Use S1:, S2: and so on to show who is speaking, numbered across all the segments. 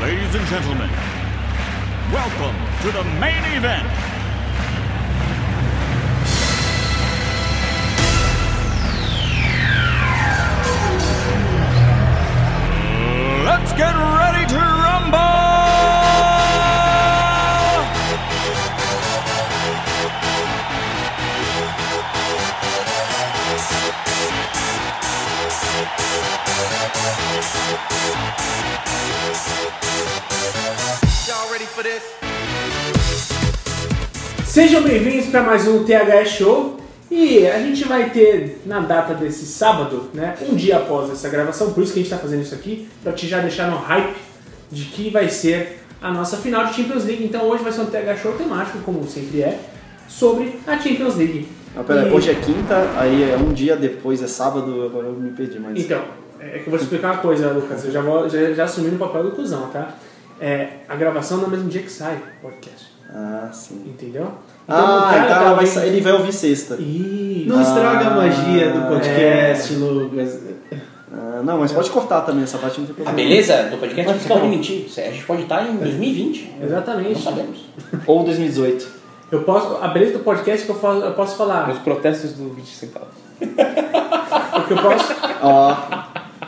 S1: Ladies and gentlemen, welcome to the main event. Let's get ready to rumble!
S2: Y'all ready for this?
S3: Sejam bem-vindos para mais um TH Show. E a gente vai ter na data desse sábado, né, um dia após essa gravação, por isso que a gente está fazendo isso aqui, para te já deixar no hype de que vai ser a nossa final de Champions League. Então hoje vai ser um TH Show temático, como sempre é, sobre a Champions League.
S4: Não, pera,
S3: E-
S4: hoje é quinta, aí é um dia depois, é sábado, agora eu me perdi, mas.
S3: Então, é que eu vou te explicar uma coisa, Lucas. Eu já, vou, já, já assumi no papel do cuzão, tá? É, a gravação é no mesmo dia que sai o podcast,
S4: Ah, sim.
S3: entendeu? Então, o
S4: ah,
S3: cara
S4: então
S3: tá
S4: ela vai
S3: ouvindo-
S4: sa- ele vai ouvir sexta.
S3: Ih, é.
S5: Não estraga a
S4: Ah,
S5: magia do podcast, Lucas.
S4: Ah, não, mas pode cortar também essa parte, não tem
S6: A
S7: Ah,
S4: problema.
S6: Tá beleza do podcast é que você pode mentir. A gente pode estar em 2020. Não
S3: Exatamente.
S6: sabemos.
S4: Ou 2018.
S3: Eu posso, a beleza do podcast é que eu, falo, eu posso falar.
S7: Os protestos do 20 centavos.
S3: o que eu posso,
S4: Ó,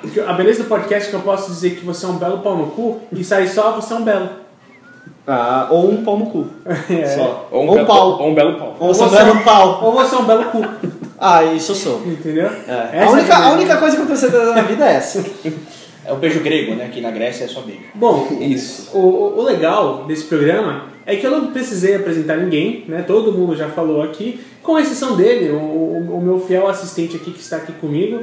S3: o que- a beleza do podcast é que eu posso dizer que você é um belo pau no cu e sair só você é um belo.
S4: ah, ou um pau no cu.
S3: É.
S4: Só.
S7: Ou um,
S4: ou
S7: belo,
S4: um pau.
S7: Ou um belo pau.
S4: Ou só
S3: você-
S4: um pau.
S3: Ou você é um belo cu,
S4: Ah, isso eu sou.
S3: entendeu?
S4: É.
S3: Essa
S4: A, única,
S3: é
S4: a única coisa que eu tenho certeza na vida é essa.
S6: É o beijo grego, né? Que na Grécia é só beijo.
S3: Bom,
S7: Isso.
S3: o, o- o legal desse programa é que eu não precisei apresentar ninguém, né? Todo mundo já falou aqui, com exceção dele, o, o- o meu fiel assistente aqui que está aqui comigo,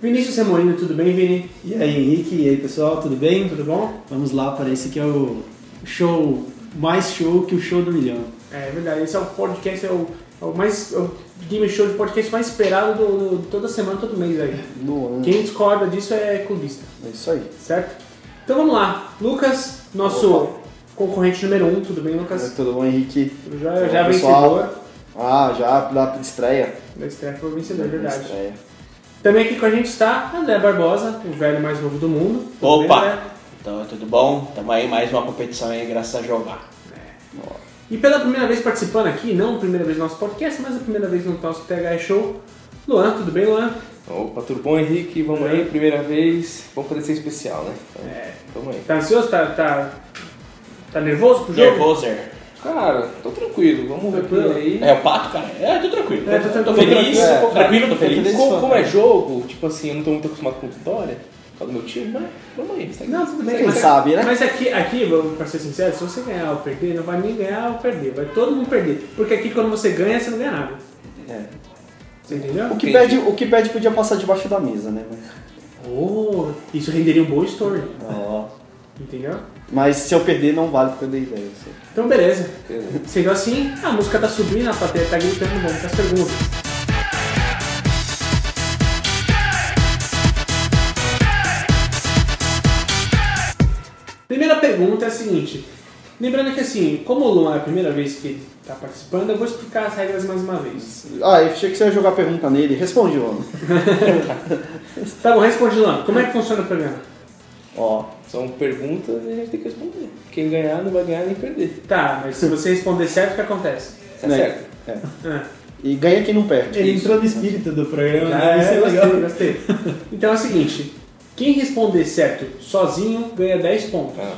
S3: Vinícius Remolino. Tudo bem, Vini?
S5: E aí, Henrique, e aí, pessoal, tudo bem?
S3: Tudo bom?
S5: Vamos lá para esse que é o show, mais show que o show do milhão.
S3: É verdade, esse é o podcast, é o, é o mais. é o game show de podcast mais esperado do, do- toda semana, todo mês aí.
S4: No ano.
S3: Quem discorda disso é clubista,
S4: É isso aí.
S3: certo? Então vamos lá. Lucas, nosso concorrente número um, tudo bem, Lucas?
S4: Né, Tudo bom, Henrique?
S3: Já, já
S4: Olá,
S3: vencedor.
S4: Ah, já da estreia.
S3: Da estreia foi o vencedor, é
S4: Da
S3: verdade.
S4: estreia.
S3: Também aqui com a gente está André Barbosa, o velho mais novo do mundo. Tudo
S6: Opa!
S3: bem, André?
S6: Então é tudo bom? Tamo aí mais uma competição aí, graças a Jeová.
S3: e pela primeira vez participando aqui, não a primeira vez no nosso podcast, mas a primeira vez no nosso TH Show. Luan, tudo bem, Luan?
S7: Opa, tudo bom, Henrique? Vamos aí, primeira vez. Vamos fazer ser especial, né? Então, Vamos aí.
S3: Tá ansioso? Tá, tá, tá nervoso pro jogo?
S6: Nervoser.
S7: Cara, tô tranquilo. Vamos ver
S3: Tranquilo?
S7: por aí.
S6: É o pato, cara? É, tô tranquilo.
S3: É, tô tranquilo.
S6: feliz.
S4: É.
S6: Tô Tranquilo, tô feliz.
S4: feliz.
S7: Como, como é jogo, tipo assim, eu não tô muito acostumado com vitória, por causa do meu time, mas vamos aí. segue.
S3: Não, tudo bem.
S4: Quem
S3: mas, é-
S4: sabe, né?
S3: Mas aqui, aqui, vamos- pra ser sincero, se você ganhar ou perder, não vai nem ganhar ou perder. Vai todo mundo perder. Porque aqui quando você ganha, você não ganha nada.
S4: É.
S3: Você entendeu?
S4: O que, perde, o que perde podia passar debaixo da mesa, né? Mas-
S3: Oh, isso renderia um bom story.
S4: Ó.
S3: Entendeu?
S4: Mas se eu perder, não vale porque eu dei ideia. assim. eu sei.
S3: Então, beleza.
S7: Beleza.
S3: Sendo assim, a música tá subindo, a plateia tá gritando, vamos para as perguntas. Primeira pergunta é a seguinte. Lembrando que assim, como o Luan é a primeira vez que ele tá participando, eu vou explicar as regras mais uma vez.
S4: Ah, eu achei que você ia jogar pergunta nele. Responde, mano.
S3: Tá bom, responde Luan. Como é que funciona o programa?
S4: Ó,
S7: São perguntas e a gente tem que responder. Quem ganhar não vai ganhar nem perder.
S3: Tá, mas se você responder certo, o que acontece?
S7: Tá
S4: Né?
S7: certo?
S3: Ah,
S4: e ganha quem não perde.
S5: Ele entrou no espírito do programa,
S3: ah,
S5: né? Isso é legal.
S3: gostei, gostei. Então é o seguinte, quem responder certo sozinho ganha 10 pontos.
S7: Ah,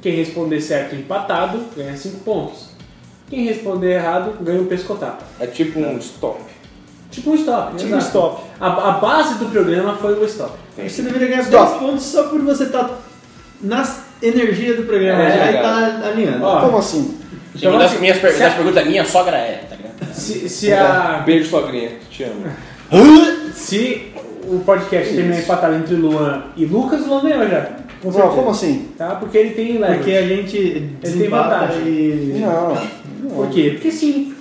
S3: Quem responder certo empatado ganha 5 pontos. Quem responder errado ganha um pescotapa.
S7: é tipo um stop.
S3: Tipo um stop.
S4: Tipo um
S3: exato.
S4: stop.
S3: A, a base do programa foi o stop.
S5: Você deveria ganhar
S4: Stop.
S5: 10 pontos só por você estar na energia do programa
S3: É,
S5: já e
S7: cara.
S5: tá alinhando.
S3: Ó,
S4: Como assim?
S6: Se me das
S3: assim,
S6: minhas per-
S3: se
S6: das
S3: a-
S6: perguntas, a minha sogra é, tá ligado?
S3: Se, se, a,
S7: Ah, Beijo, sogrinha. Te amo.
S3: se o podcast terminar empatado entre Luan e Lucas, o Luan ganhou já. Com
S4: Não,
S3: certeza.
S4: como assim?
S3: Tá? Porque ele tem leverage.
S5: Porque a gente desempata
S3: vantagem.
S5: e...
S4: Não. não.
S3: Por quê? Porque sim.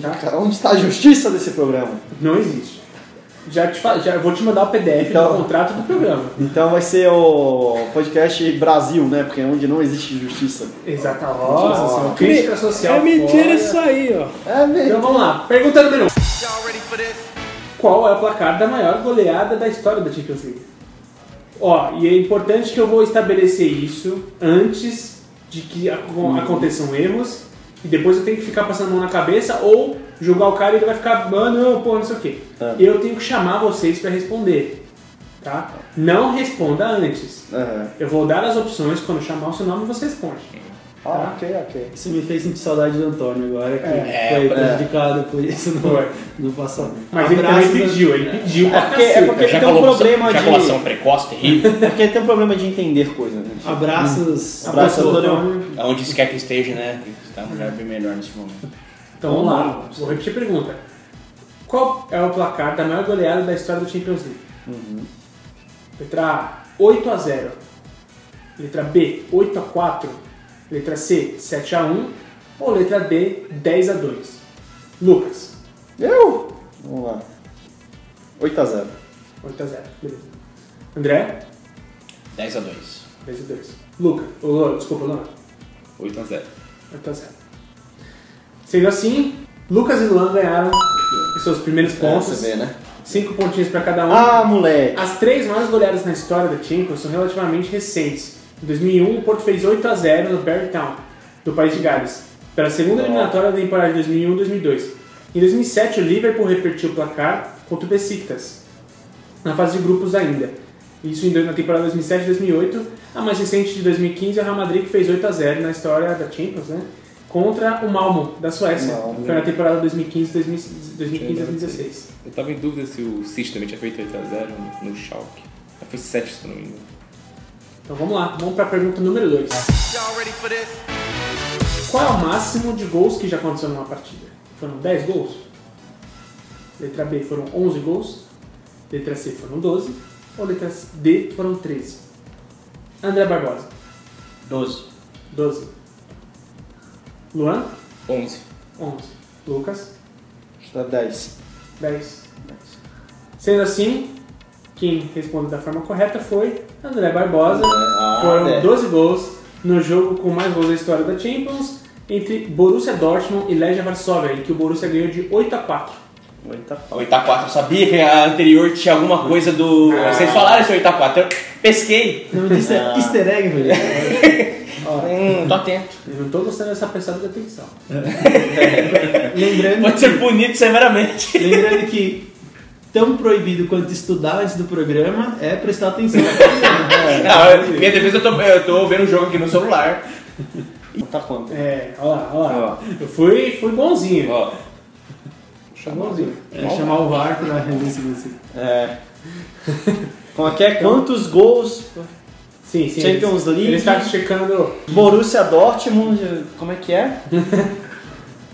S3: Tá?
S4: Cara, onde está a justiça desse programa?
S3: Não existe. Já te fa- já vou te mandar o PDF
S4: Então-
S3: do contrato do programa.
S4: Então vai ser o podcast Brasil, né? Porque é onde não existe justiça.
S3: Exato. Nossa, são crítica social. foda.
S7: aí, ó.
S4: É mesmo.
S3: Então vamos lá. Pergunta número 1. Um.
S2: Y'all ready for this?
S3: Qual é o placar da maior goleada da história da Champions League? Ó, e é importante que eu vou estabelecer isso antes de que acon-
S4: Uhum.
S3: aconteçam erros. E depois eu tenho que ficar passando a mão na cabeça ou jogar o cara e ele vai ficar, mano, pô, não sei o quê.
S4: Ah.
S3: Eu tenho que chamar vocês pra responder. Tá? Não responda antes.
S4: Aham.
S3: Eu vou dar as opções, quando chamar o seu nome, você responde.
S4: Ah, ok, ok.
S5: Isso me fez sentir saudade do Antônio agora, que
S6: É,
S5: foi
S6: é.
S5: prejudicado por isso
S3: Foi.
S5: no, no passado.
S3: é. Mas ele
S5: Abraço
S3: também
S5: da-
S3: pediu, ele pediu pra
S4: porque- é. é
S3: caceta.
S4: porque- tem um
S6: Ejaculação-
S4: problema de-
S6: ejaculação precoce, terrível,
S4: Porque tem um problema de entender coisas, né?
S5: Abraços.
S4: Abraço,
S5: Antônio.
S4: Hum. Antônio.
S6: aonde se quer que esteja, né? Tá a mulher bem melhor nesse momento.
S3: Então vamos lá, vou repetir a pergunta. Qual é o placar da maior goleada da história do Champions League?
S4: Uhum.
S3: Letra A, 8 a 0. Letra B, 8 a 4. Letra C, 7 a 1. Ou letra D, 10 a 2. Lucas,
S4: Eu? Vamos lá. 8x0.
S3: 8 a 0. Beleza. André,
S6: 10 a 2.
S3: 10 a 2. Luca, ou Lolo, desculpa, Lolo,
S7: 8 a 0.
S3: 8 a 0. Sendo assim, Lucas e Luan ganharam os seus primeiros pontos.
S4: Você vê, né?
S3: 5 pontinhos pra cada um.
S4: Ah, moleque.
S3: As três maiores goleadas na história da Champions são relativamente recentes. Em 2001, o Porto fez 8 a 0 no Barrytown, do País de Gales, pela segunda eliminatória da temporada de 2001-2002. Em 2007, o Liverpool repetiu o placar contra o Besiktas, na fase de grupos ainda. Isso em- na temporada 2007-2008. A mais recente de 2015 é o Real Madrid, que fez 8 a 0 na história da Champions, né? Contra o Malmo, da Suécia.
S4: Malmo.
S3: Foi na temporada 2015-2016.
S7: Eu tava em dúvida se o System tinha feito 8x0 no Schalke. Mas Foi 7, se eu não me engano.
S3: Então vamos lá, vamos para a pergunta número 2.
S2: Y'all ready for this?
S3: Qual é o máximo de gols que já aconteceu numa partida? Foram 10 gols? Letra B foram 11 gols? Letra C foram 12? Ou letra D foram 13? André Barbosa,
S6: 12.
S3: 12. Luan,
S7: 11.
S3: 11. Lucas,
S4: Acho que dá 10.
S3: 10. Sendo assim, quem respondeu da forma correta foi André Barbosa.
S4: Ah,
S3: Foram
S4: é.
S3: 12 gols no jogo com mais gols da história da Champions entre Borussia Dortmund e Legia Varsóvia, em que o Borussia ganhou de 8 a 4.
S4: 8 a
S6: 8 a 4. Eu sabia que a anterior tinha alguma coisa do.
S4: Ah.
S6: Vocês falaram esse 8 a 4. Eu pesquei.
S5: Não, isso é easter egg, velho.
S6: Hum, tô atento.
S3: Eu não tô gostando dessa pressão de atenção.
S5: Lembrando,
S6: Pode ser punido severamente.
S5: lembrando que tão proibido quanto estudar antes do programa é prestar atenção. no programa.
S6: Não, eu- minha defesa, eu tô, eu tô vendo o jogo aqui no celular.
S4: Tá quanto?
S3: É, olha lá, olha lá. Eu fui, fui bonzinho.
S7: Ó,
S3: Fui bonzinho.
S5: É, chamar o VAR pra rever você.
S4: É. Como é que é? Quantos gols?
S3: Sim, sim.
S4: Champions
S3: ele,
S4: League.
S3: Ele está checando.
S4: Borussia Dortmund, como é que é?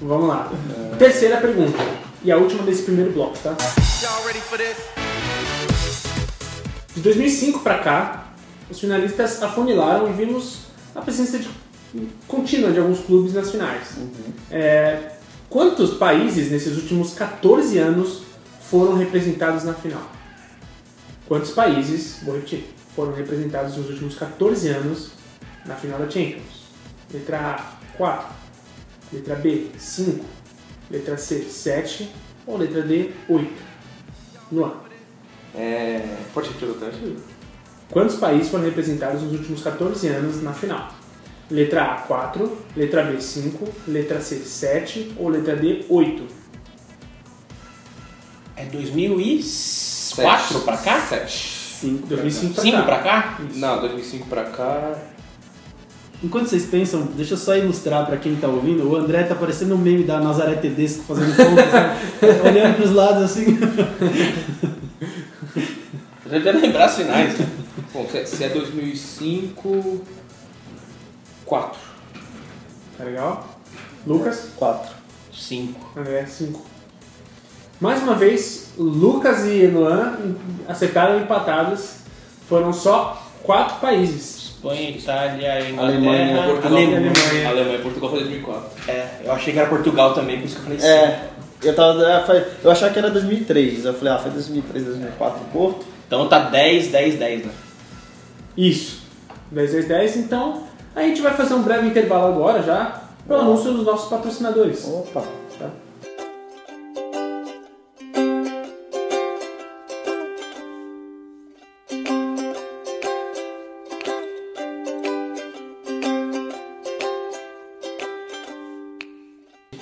S3: Vamos lá. Terceira pergunta. E a última desse primeiro bloco, tá?
S2: Y'all ready for this?
S3: De 2005 pra cá, os finalistas afunilaram e vimos a presença de- contínua de alguns clubes nas finais. É, quantos países nesses últimos 14 anos foram representados na final? Quantos países, vou repetir, foram representados nos últimos 14 anos na final da Champions? Letra A, 4. Letra B, 5. Letra C, 7. Ou letra D, 8. Vamos lá.
S7: é... Pode repetir o tanto?
S3: Quantos países foram representados nos últimos 14 anos na final? Letra A, 4, letra B, 5, letra C, 7 ou letra D, 8?
S6: É 2004 pra cá?
S7: 7.
S3: 2005 pra
S6: 5
S3: cá.
S6: pra cá?
S7: Não, 2005 pra cá.
S5: Enquanto vocês pensam, deixa eu só ilustrar pra quem tá ouvindo. O André tá parecendo um meme da Nazaré Tedesco fazendo conta, sabe? olhando pros lados assim.
S6: Eu já devia lembrar as finais.
S7: Assim, né? Bom, se é- se é 2005. 4.
S3: Tá legal? Lucas?
S4: 4.
S6: 5.
S3: André, 5. Mais uma vez, Lucas e Luan acertaram empatados. Foram só 4 países.
S6: Espanha, Itália,
S4: Alemanha,
S6: Inglaterra,
S7: Portugal.
S6: Alemanha.
S7: Alemanha e Portugal foi 2004.
S6: É, eu achei que era Portugal também, por isso que eu falei 5.
S4: É, eu, tava, eu falei- eu achava que era 2003, eu falei, ah, foi 2003, 2004 Porto.
S6: Então tá 10, 10, 10, né?
S3: Isso. 10, 10, 10. Então, a gente vai fazer um breve intervalo agora já para o anúncio dos nossos patrocinadores.
S4: Opa,
S3: Tá?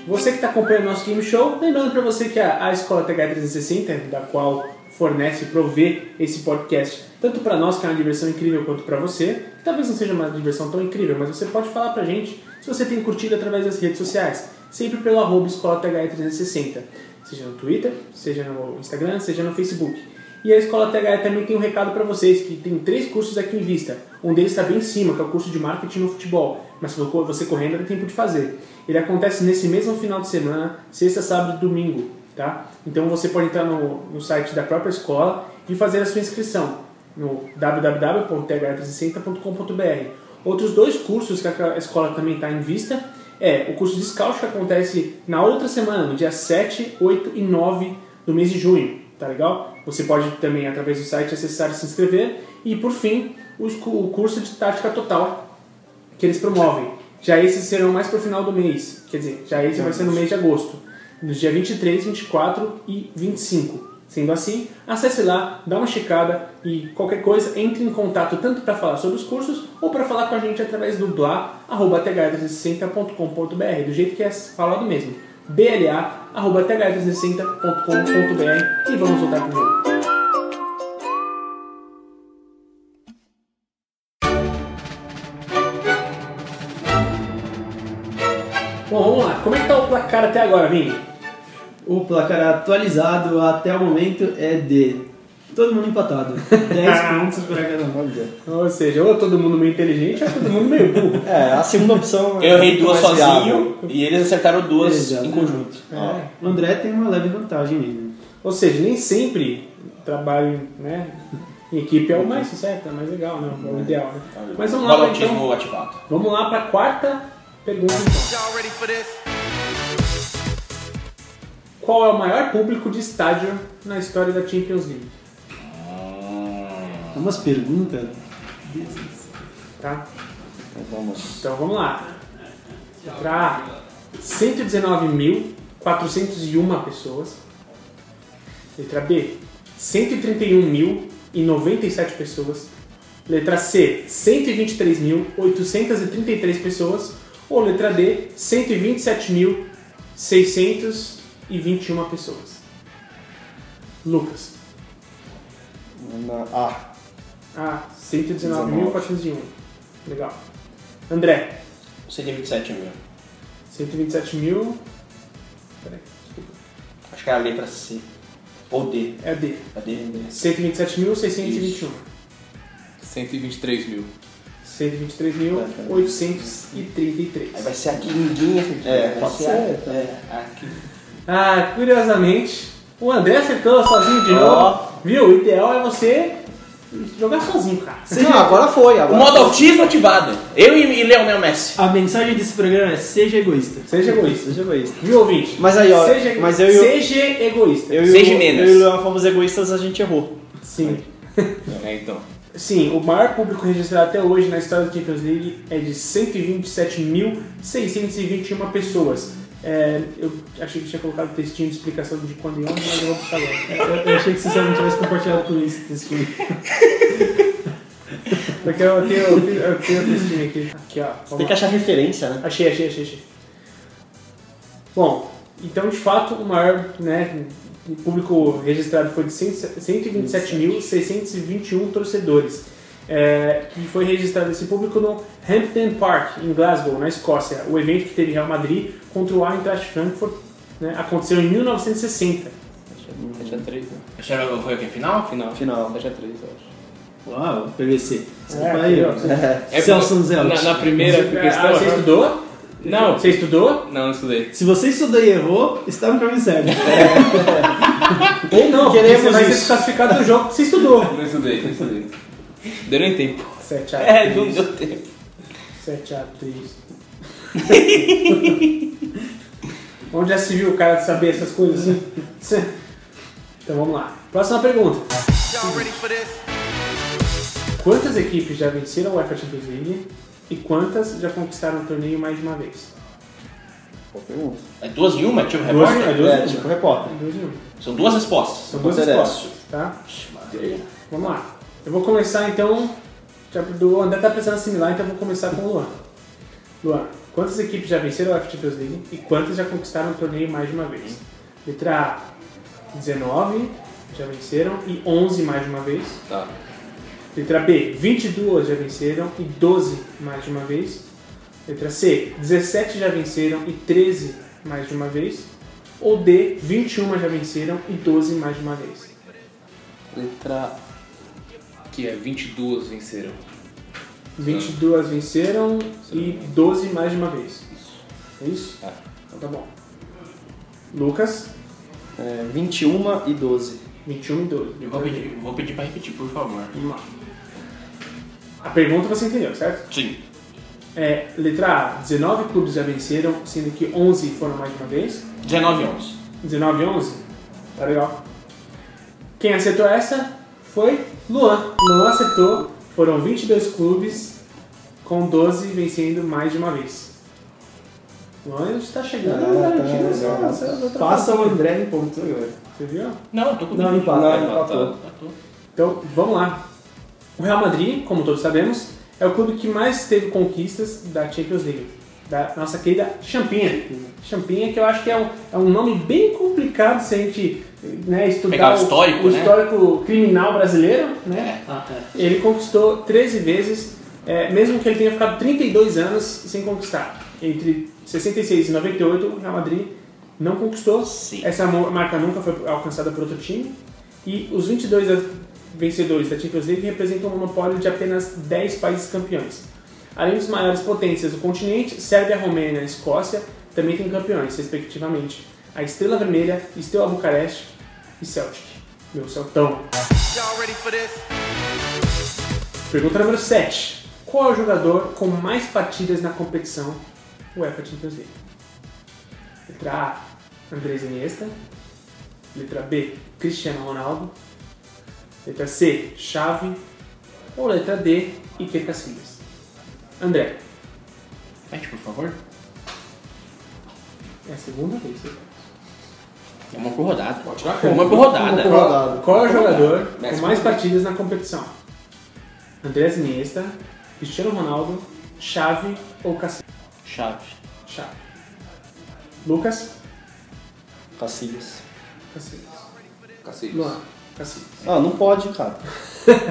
S3: Você que está acompanhando nosso game show, lembrando para você que a, a Escola TH360, da qual fornece, provê esse podcast, tanto para nós, que é uma diversão incrível, quanto para você, que talvez não seja uma diversão tão incrível, mas você pode falar para gente se você tem curtido através das redes sociais, sempre pelo arroba Escola TH360, seja no Twitter, seja no Instagram, seja no Facebook. E a Escola THE também tem um recado para vocês, que tem três cursos aqui em vista. Um deles está bem em cima, que é o curso de marketing no futebol, mas se você correndo dá tempo de fazer. Ele acontece nesse mesmo final de semana, sexta, sábado e domingo, tá? Então você pode entrar no, no site da própria escola e fazer a sua inscrição no www.th360.com.br. Outros dois cursos que a escola também está em vista é o curso de scout que acontece na outra semana, no dia 7, 8 e 9 do mês de junho, tá legal? Você pode também, através do site, acessar e se inscrever. E, por fim, o escu- o curso de tática total que eles promovem. Já esses serão mais para o final do mês, quer dizer, já esse vai ser no mês de agosto, nos dias 23, 24 e 25. Sendo assim, acesse lá, dá uma checada e qualquer coisa, entre em contato tanto para falar sobre os cursos ou para falar com a gente através do bla.th360.com.br, do jeito que é falado mesmo. bla.th360.com.br e vamos voltar com o jogo. Bom, vamos lá. Como é que tá o placar até agora, Vini?
S5: O placar atualizado até o momento é de todo mundo empatado. 10 pontos para cada um.
S4: Olha.
S3: Ou seja, ou é todo mundo meio inteligente ou é todo mundo meio burro.
S4: É, a segunda opção é
S6: Eu errei
S4: muito
S6: duas
S4: mais viável.
S6: sozinho e eles acertaram duas
S5: Exato.
S6: em conjunto.
S3: É.
S5: O André tem uma leve vantagem aí, né?
S3: Ou seja, nem sempre o trabalho né, em equipe é o mais certo, é o mais legal, né? É o ideal, né? Mas vamos lá,
S6: Balotismo
S3: então.
S6: ativado.
S3: Vamos lá para a quarta pergunta, então.
S2: Y'all ready for this?
S3: Qual é o maior público de estádio na história da Champions League?
S5: É umas perguntas.
S3: Tá?
S4: Então Vamos.
S3: Então vamos lá. Para 119.401 pessoas. Letra B, 131.097 pessoas. Letra C, 123.833 pessoas. Ou letra D, 127.621 pessoas. Lucas.
S4: Na A.
S3: Ah, 119.401. Legal. André,
S6: 127 mil.
S3: 127.000.
S6: Acho que era a letra C. Ou D.
S3: É D.
S6: A D, né? D.
S3: 127.621.
S7: 123 mil.
S3: 123.833.
S6: Aí vai ser aqui ninguém acertou.
S4: É,
S6: vai
S4: pode
S6: ser
S4: ser,
S6: a- é, aqui.
S3: Ah, curiosamente, o André acertou sozinho de novo. Viu? O ideal é você jogar sozinho, cara.
S4: Não, agora foi.
S6: O
S4: Agora
S6: modo autismo ativado. Eu e, e Leonel Messi.
S5: A mensagem desse programa é seja egoísta.
S3: Seja egoísta.
S4: Seja egoísta.
S3: Viu, ouvinte?
S4: Mas aí, ó,
S3: Seja,
S4: mas eu e o-
S3: seja egoísta.
S4: Eu e,
S6: Seja
S4: o,
S6: menos.
S4: eu e o Leon fomos egoístas, a gente errou.
S3: Sim.
S6: É, então.
S3: Sim, o maior público registrado até hoje na história da Champions League é de 127.621 pessoas. É, eu achei que tinha colocado o textinho de explicação de quando e onde, mas eu vou buscar agora.
S5: Eu, eu achei que você só não tivesse compartilhado com isso. desse filme.
S3: Porque eu tenho, eu tenho, eu tenho o textinho aqui. Aqui, ó.
S4: Você
S3: Vamos
S4: tem que achar referência, né?
S3: Achei, achei, achei, achei. Bom, então de fato o maior né, o público registrado foi de 100 127.621 torcedores. é, que foi registrado esse público no Hampden Park, em Glasgow, na Escócia. O evento que teve Real Madrid contra o Eintracht Frankfurt né, aconteceu em 1960.
S7: 7x3, né?
S6: Isso era- foi o que? Final?
S7: Final.
S4: Final.
S7: 7x3, eu acho.
S5: Uau, PVC. Desculpa
S3: É,
S5: aí,
S3: aqui,
S5: ó.
S3: ó.
S5: Celso Anzelmo.
S7: É, Na, na primeira questão.
S3: Ah, você estudou?
S7: Não,
S3: Você estudou?
S7: É, não estudei.
S5: Se você estudou e errou, está no caminho certo.
S3: Ou não, porque
S4: Queremos
S3: você vai
S4: isso.
S3: ser classificado do jogo que você estudou.
S7: Não estudei, não estudei. Deu nem tempo.
S3: 7 a
S6: É, não
S3: 3.
S6: deu tempo.
S3: 7 a 3. Onde já se viu o cara saber essas coisas? assim? então vamos lá. Próxima pergunta.
S2: Y'all ready for this?
S3: Quantas equipes já venceram a UEFA Champions League e quantas já conquistaram o torneio mais de uma vez?
S4: Boa pergunta.
S6: É duas em uma? Tipo,
S3: Duas,
S6: repórter?
S3: é duas,
S4: é,
S3: duas,
S4: tipo repórter.
S3: duas e uma.
S6: São duas respostas.
S3: São duas
S4: Interessa.
S3: respostas, tá? Vamos lá. Eu vou começar então. já do- O André tá precisando assimilar, então eu vou começar com o Luan. Luan, Quantas equipes já venceram a UEFA Champions League e quantas já conquistaram o torneio mais de uma vez? Letra A, 19 já venceram e 11 mais de uma vez.
S7: Tá.
S3: Letra B, 22 já venceram e 12 mais de uma vez. Letra C, 17 já venceram e 13 mais de uma vez. Ou D, 21 já venceram e 12 mais de uma vez.
S7: Letra. Que é 22 venceram.
S3: 22 venceram e 12 mais de uma vez. É isso?
S6: É.
S3: Então tá bom. Lucas,
S4: É, 21 e 12.
S3: 21 e 12.
S6: Eu vou pedir, vou pedir pra repetir, por favor.
S3: Vamos lá. A pergunta você entendeu, certo?
S6: Sim.
S3: É, letra A, 19 clubes já venceram, sendo que 11 foram mais de uma vez.
S6: 19 11.
S3: 19 e 11? Tá legal. Quem acertou essa foi Luan. Luan acertou. Foram 22 clubes com 12 vencendo mais de uma vez. Luan está chegando né?
S4: Ah, tá,
S3: garantindo essa-
S4: legal.
S3: essa É, outra
S5: Passa o
S3: partida.
S5: André em pontos agora.
S3: Você viu?
S6: Não, eu tô com
S5: Não, empata.
S6: Tá,
S4: Não,
S6: tá,
S4: empatou.
S6: tá, tá.
S3: Então, vamos lá. O Real Madrid, como todos sabemos, é o clube que mais teve conquistas da Champions League. Da nossa querida Champinha. Champinha, que eu acho que é um, é um nome bem complicado se a gente né, estudar
S6: Pegar o histórico,
S3: o
S6: né?
S3: histórico criminal brasileiro. Né?
S5: Ah, é.
S3: Ele conquistou 13 vezes, é, mesmo que ele tenha ficado 32 anos sem conquistar. Entre 66 e 98, o Real Madrid não conquistou.
S6: Sim.
S3: Essa mo- marca nunca foi alcançada por outro time. E os 22 da- vencedores da Champions League representam um monopólio de apenas 10 países campeões. Além dos maiores potências do continente, Sérvia, Romênia e Escócia também têm campeões, respectivamente. A Estrela Vermelha, Estrela Bucareste e Celtic. Meu Celtão.
S2: Y'all ready for this?
S3: Pergunta número 7. Qual é o jogador com mais partidas na competição UEFA Champions League? Letra A, Andrés Iniesta. Letra B, Cristiano Ronaldo. Letra C, Xavi. Ou letra D, Iker Casillas. André,
S6: Repete, por favor.
S3: é a segunda vez.
S6: É uma por rodada. Pode tirar Uma por rodada.
S4: Uma por rodada.
S3: Qual é o jogador com
S7: Messi.
S3: mais partidas na competição? Andrés Iniesta, Cristiano Ronaldo, Xavi ou Casillas?
S6: Chaves.
S3: Xavi. Lucas?
S4: Cacilhas.
S3: Casillas.
S7: Cacete.
S3: Luan, Casillas.
S4: Ah, não pode, cara.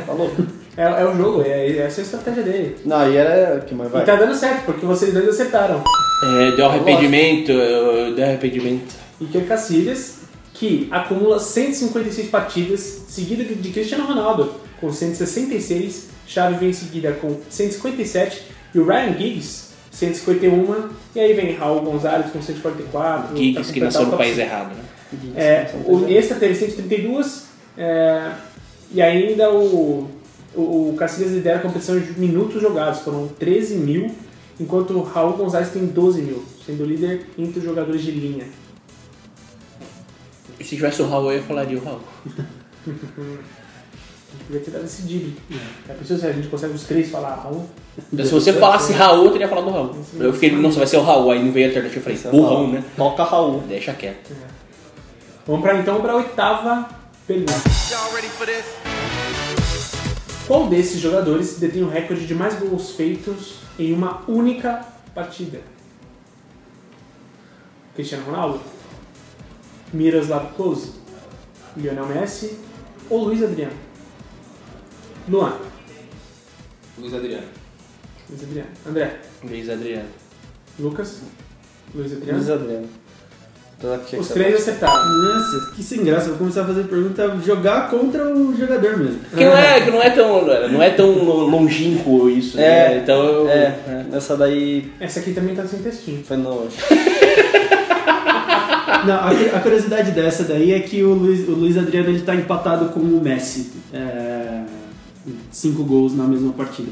S4: Tá louco.
S3: É, é o jogo, é, essa é a estratégia dele.
S4: Não, e era que mais vai.
S3: E tá dando certo, porque vocês dois acertaram.
S6: É, deu arrependimento, eu- deu arrependimento.
S3: Iker é Casillas, que acumula 156 partidas, seguido de- de Cristiano Ronaldo, com 166, Xavi vem em seguida com 157, e o Ryan Giggs, 151, e aí vem Raul Gonzalez com 144.
S6: Giggs que
S3: pra completar
S6: nasceu
S3: tá o
S6: no
S3: top
S6: país
S3: cinco.
S6: errado, né?
S3: É, o Nesta teve 132 é, e ainda o, o, o Cacilhas lidera a competição de minutos jogados, foram 13 mil, enquanto o Raul Gonzalez tem 12 mil, sendo líder entre os jogadores de linha.
S6: E se tivesse o Raul, eu falaria o Raul.
S3: Devia ter dado esse drible. Já pensou se a gente consegue os três falar Raul?
S6: Se você falasse Raul, eu teria falado o Raul. Eu fiquei, nossa, vai ser o Raul. Aí não veio a alternativa, eu falei, burrão, né?
S4: Toca Raul.
S6: Deixa quieto.
S3: É. Vamos pra, então para a oitava pergunta.
S2: Y'all ready for this?
S3: Qual desses jogadores detém o recorde de mais gols feitos em uma única partida? Cristiano Ronaldo? Miroslav Klose? Lionel Messi? Ou Luiz Adriano? Luan?
S7: Luiz Adriano.
S3: Luiz Adriano. André?
S6: Luiz Adriano.
S3: Lucas? Luiz Adriano?
S4: Luiz Adriano. Tá, que
S3: Os
S4: que
S3: três acertaram.
S5: Nossa, que sem graça. Vou começar a fazer pergunta, jogar contra o jogador mesmo.
S6: Que não é, que não é tão, não é tão lo- longínquo isso, né?
S4: É,
S6: Então eu...
S4: É, essa daí
S3: Essa aqui também tá sem textinho.
S4: foi no.
S5: Não, a, cu- a curiosidade dessa daí é que o Luiz, o Luiz Adriano ele tá empatado com o Messi. É, cinco gols na mesma partida.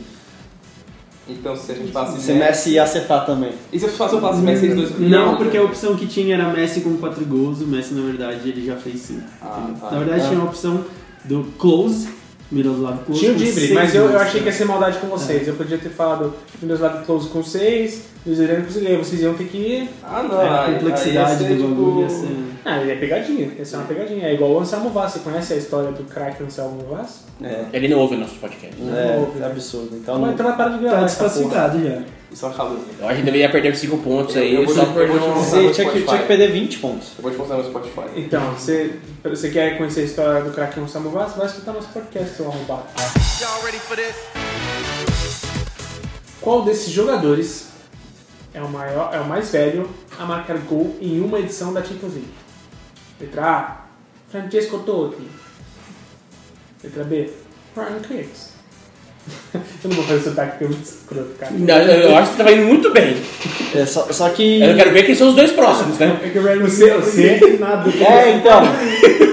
S7: Então se a gente passa
S4: Se Messi ia acertar também.
S7: E se eu faço, eu faço Messi em dois
S5: Não, porque a opção que tinha era Messi com quatro gols, o Messi na verdade ele já fez cinco.
S7: Ah, tá.
S5: na verdade
S4: Ah.
S5: tinha a opção do Close, Miroslav Close.
S3: Tinha o
S5: com
S3: drible,
S5: seis É.
S3: mas eu, eu
S5: gols.
S3: achei que ia ser maldade com vocês. Eu podia ter falado Miroslav Klose com seis, Luiz Adriano com 6, aí vocês iam ter que ir.
S7: Ah, não.
S5: É, a
S7: aí-
S5: complexidade
S7: aí ia ser,
S5: do bagulho ia
S7: tipo,
S5: ser.
S3: Ah, ele é pegadinha, essa é uma pegadinha. É igual o Anselmo Vaz, você conhece a história do craque Anselmo Vaz?
S4: É.
S6: Ele não ouve o nosso podcast.
S3: Não ouve,
S4: É,
S3: né?
S4: absurdo. Então
S3: Então,
S4: não.
S3: então vai parar de gravar
S5: Tá
S3: essa porra.
S5: desclassificado já.
S7: Isso é uma calúnia.
S6: Eu acho que deveria perder 5 pontos aí.
S7: Eu um- vou
S6: só
S7: te-
S6: por
S7: eu vou te
S6: não-
S7: mostrar.
S4: Você tinha que, tinha que perder 20 pontos.
S7: Eu vou te mostrar no Spotify.
S3: Então, você, você quer conhecer a história do craquinho Samu Vaz? Vai escutar nosso podcast, seu arrombado.
S2: Y'all ready for this?
S3: Qual desses jogadores é o, maior, é o mais velho a marcar gol em uma edição da Champions League? Letra A, Francesco Totti. Letra B, Ryan Kicks. eu não vou fazer sotaque porque é muito escroto, cara.
S6: Não, eu eu acho que você tava indo muito bem.
S4: É, só, só que.
S6: Eu quero ver quem são os dois próximos, né?
S3: É que o Ryan C, o C, nada.
S4: É, então.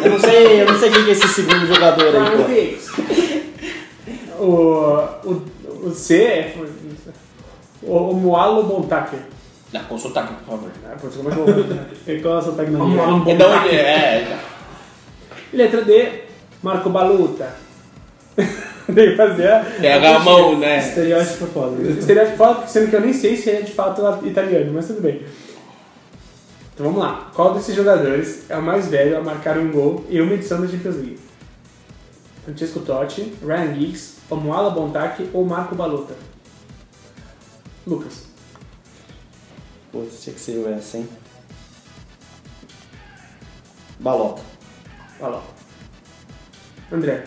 S4: Eu não sei, eu não sei quem que é esse segundo jogador aí,
S3: Ryan
S4: pô.
S3: Kicks. O, o, o C é... O, o Mualo Bontaker.
S6: Não, com sotaque, por favor.
S3: Ah, pô, ficou mais bom.
S5: É qual é o sotaque na
S3: O Mualo
S6: É
S3: Bontaker.
S6: da onde é? é,
S3: Letra D, Marco Baluta. Tem que fazer a...
S6: Pega a mão, né?
S5: Estereótipo é foda.
S3: Estereótipo fala, sendo que eu nem sei se ele é de fato italiano, mas tudo bem. Então vamos lá. Qual desses jogadores é o mais velho a marcar um gol em uma edição da Champions League? Francesco Totti, Ryan Giggs, Omuala Bontaki ou Marco Baluta? Lucas.
S4: Pô, tinha que ser eu essa, hein? Balota.
S3: Olha lá. André.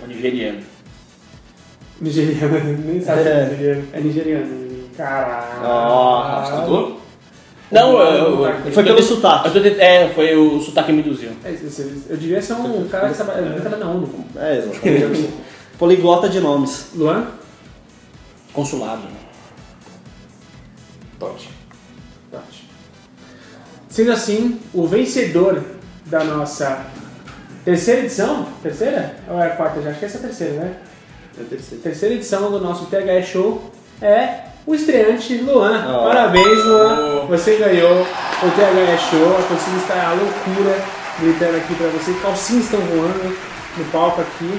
S6: O é nigeriano.
S3: Nigeriano. Nem sabe se é
S4: É.
S3: nigeriano. É nigeriano. Caralho.
S4: Ah,
S6: Estudou? Não, eu. eu-
S4: Foi
S6: eu tô
S4: pelo
S6: te-
S4: sotaque.
S6: eu tô te- É, foi o sotaque que me induziu.
S3: É, esse- esse- Eu devia ser um cara que trabalha que trabalha na ONU.
S4: É, exatamente. Poliglota de nomes.
S3: Luan?
S6: Consulado. né?
S7: Tote.
S3: Tati. Sendo assim, o vencedor da nossa terceira edição, terceira? Ou é a quarta já? Acho que essa é a terceira, né?
S4: É o terceiro.
S3: Terceira edição do nosso THE Show é o estreante Luan.
S4: Oh.
S3: Parabéns, Luan. Você ganhou o THE Show. A torcida está à loucura gritando aqui pra você. Calcinhas estão voando no palco aqui.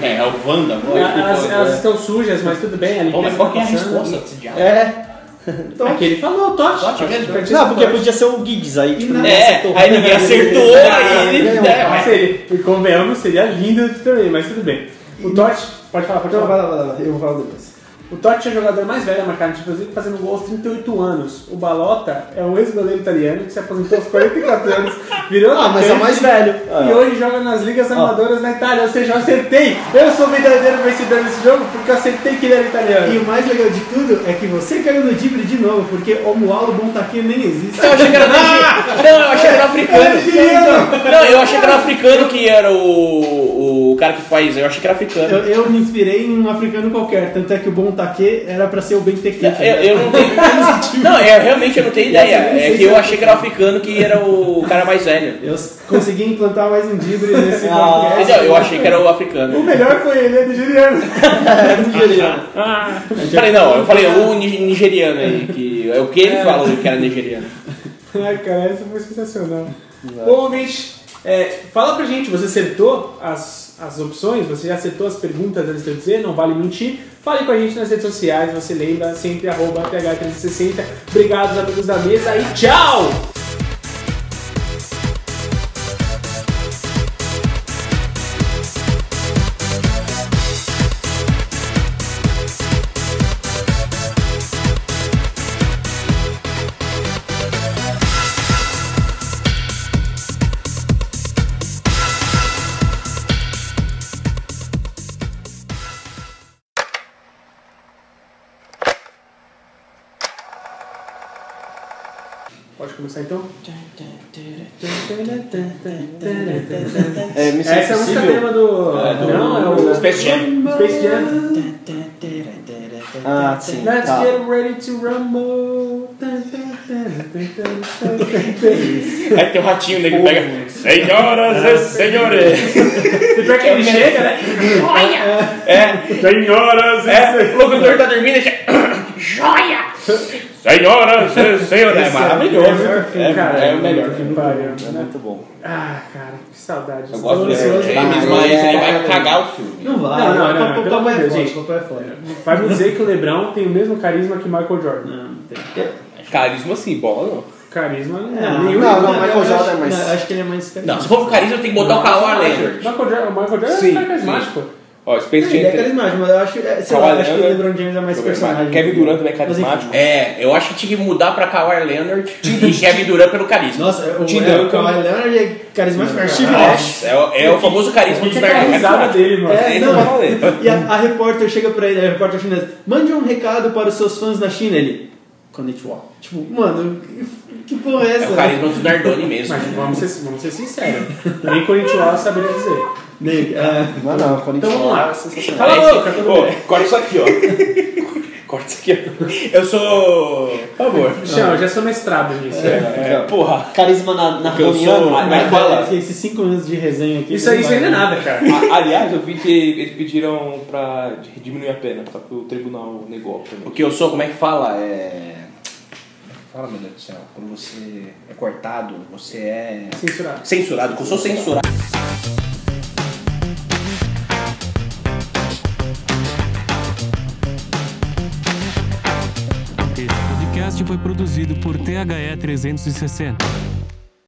S6: É, é o Wanda agora.
S3: elas,
S6: Pô,
S3: elas estão sujas, mas tudo bem. A
S6: Pô,
S3: limpeza
S6: mas qual que é a
S3: tá passando.
S6: resposta desse diabo?
S4: É.
S3: É que ele falou, Totti.
S6: Totti mesmo?
S3: Francisco
S4: Não, porque
S3: Totti.
S4: podia ser o Giggs aí, tipo,
S3: não-
S4: ninguém
S6: É,
S4: acertou.
S6: aí ninguém acertou, aí ele.
S4: Não,
S6: é,
S3: Mas
S6: mas-
S3: seria, e convenhamos, seria lindo também, mas tudo bem. O Totti, pode falar, pode
S4: né.
S5: Então, vai
S3: falar.
S5: lá, vai lá, vai lá, eu falo depois.
S3: O Totti é o jogador mais velho a marcar no Champions League, fazendo gol aos 38 anos. O Balota é um ex-goleiro italiano que se aposentou aos 44 anos, virou
S4: Ah, mas é o mais
S3: atacante
S4: velho.
S3: E hoje joga nas
S5: Ah.
S3: ligas amadoras na Itália, ou seja, eu acertei. Eu sou o verdadeiro vencedor desse jogo porque eu acertei que ele era italiano.
S5: E o mais legal de tudo é que você caiu no drible de novo, porque o Mualo Bontaque nem existe.
S6: Eu achei que era. Ah, não, eu achei que era africano. Não, eu achei que era africano que era o, o cara que faz. Eu achei que era
S5: Eu,
S6: africano.
S5: eu me inspirei em um africano qualquer, tanto é que o Bontaque era pra ser o Benteke.
S3: É,
S6: Eu, eu não tenho. Não, é, realmente eu não tenho ideia. É que eu achei que era africano que era o cara mais velho.
S5: Eu consegui implantar mais um drible nesse
S6: Mas
S5: podcast.
S6: eu, eu achei que era o africano.
S3: O melhor foi ele, é nigeriano.
S6: Falei, não, eu falei o ni- nigeriano aí. Que, é o que ele falou que era nigeriano.
S3: Ai, cara, essa foi sensacional. Bom, ouvinte, é, fala pra gente, você acertou as, as opções? Você já acertou as perguntas antes de eu dizer? Não vale mentir. Fale com a gente nas redes sociais, você lembra, sempre arroba TH360. Obrigado, amigos da mesa, e tchau! Pode começar então?
S4: É, Missão
S3: Essa é a música
S4: Impossível.
S3: tema do... Não, é o
S6: Space Jam.
S3: Space Jam.
S4: Ah, sim.
S3: Let's
S4: tá.
S3: get ready to rumble.
S6: Aí tem o ratinho né, que pega. Senhoras e senhores!
S3: E pior que ele chega, né?
S6: Senhoras e senhores! O locutor tá dormindo e já-
S8: Joia!
S6: Senhoras e senhores! É maravilhoso.
S3: É, cara,
S6: é o melhor.
S3: Que pariu,
S4: É
S3: né?
S4: muito bom.
S3: Ah, cara, que saudade.
S6: Eu gosto do
S3: Estou
S6: Lebron
S3: ansioso.
S6: James, mas ele
S7: é.
S6: vai cagar o filme.
S5: Não vai,
S3: Não, não, não,
S5: pa-
S3: não,
S5: pa-
S3: pelo amor
S5: papai
S3: de
S5: é
S3: Deus,
S5: forte,
S3: gente.
S5: papai é forte.
S3: Vai me dizer que o Lebron tem o mesmo carisma que Michael Jordan.
S6: Carisma assim, bola não.
S3: Carisma
S6: É.
S3: não, é.
S5: Não,
S3: nenhum.
S4: não, não,
S5: eu
S4: Michael
S5: acho-
S4: Jordan é mais-
S5: não, eu acho que ele é mais
S6: Não, se for pro carisma, tem que botar o Kawhi Leonard.
S3: Michael Jordan, o Michael Jordan é um cara carismático.
S6: O
S7: Ó, Space
S4: Ele é
S7: Jam 3.
S4: carismático, mas eu acho, é, sei lá,
S7: Kawhi
S4: eu acho que o
S7: Leonard,
S4: LeBron James é mais
S7: Kevin
S4: personagem.
S7: Durant também é
S4: Mas, enfim,
S7: carismático.
S6: É, eu acho que tinha que mudar pra Kawhi Leonard e Kevin Durant pelo carisma.
S4: Nossa, o é,
S7: Tim
S4: o
S7: Duncan.
S4: Kawhi Leonard é carismático. pra
S6: Nossa,
S4: caralho.
S6: é, o- é o famoso carisma dos
S3: Fica com a tá risada
S6: Bernardes.
S3: dele, mano.
S4: É,
S7: Esse
S4: não,
S7: eu falei.
S4: e a, a repórter chega pra ele, a repórter chinesa, mande um recado para os seus fãs na China, ele, Konnichiwa. Tipo, mano, que, que porra é
S6: É
S4: essa?
S6: o carisma dos Nardoni mesmo.
S3: né? Mas vamos ser, vamos ser sinceros. Nem Corinthians saberia dizer.
S4: Nego, é,
S9: Não, não, quando a gente
S3: Então vamos
S9: fala-
S3: lá.
S6: É,
S3: Cala a
S6: tipo,
S3: boca, é todo mundo.
S6: Ô, corta isso aqui, ó.
S7: Corta isso aqui. ó.
S6: Eu sou. Por favor.
S3: Não, eu já sou mestrado nisso.
S6: É, porra.
S9: Carisma na, na
S6: Porque eu
S9: reunião,
S6: sou-
S9: mas-
S6: mas- fala.
S4: Esses cinco minutos de resenha aqui.
S3: Isso aí isso
S4: vai-
S3: ainda é nada, cara.
S7: A- Aliás, eu vi que eles pediram pra diminuir a pena, só que o tribunal negou.
S6: O
S7: obviamente.
S6: que eu sou, como é que fala? É. Fala, meu Deus do céu. Quando você é cortado, você é.
S3: Censurado.
S6: Censurado, que eu sou censurado.
S10: Esse podcast foi produzido por THE 360.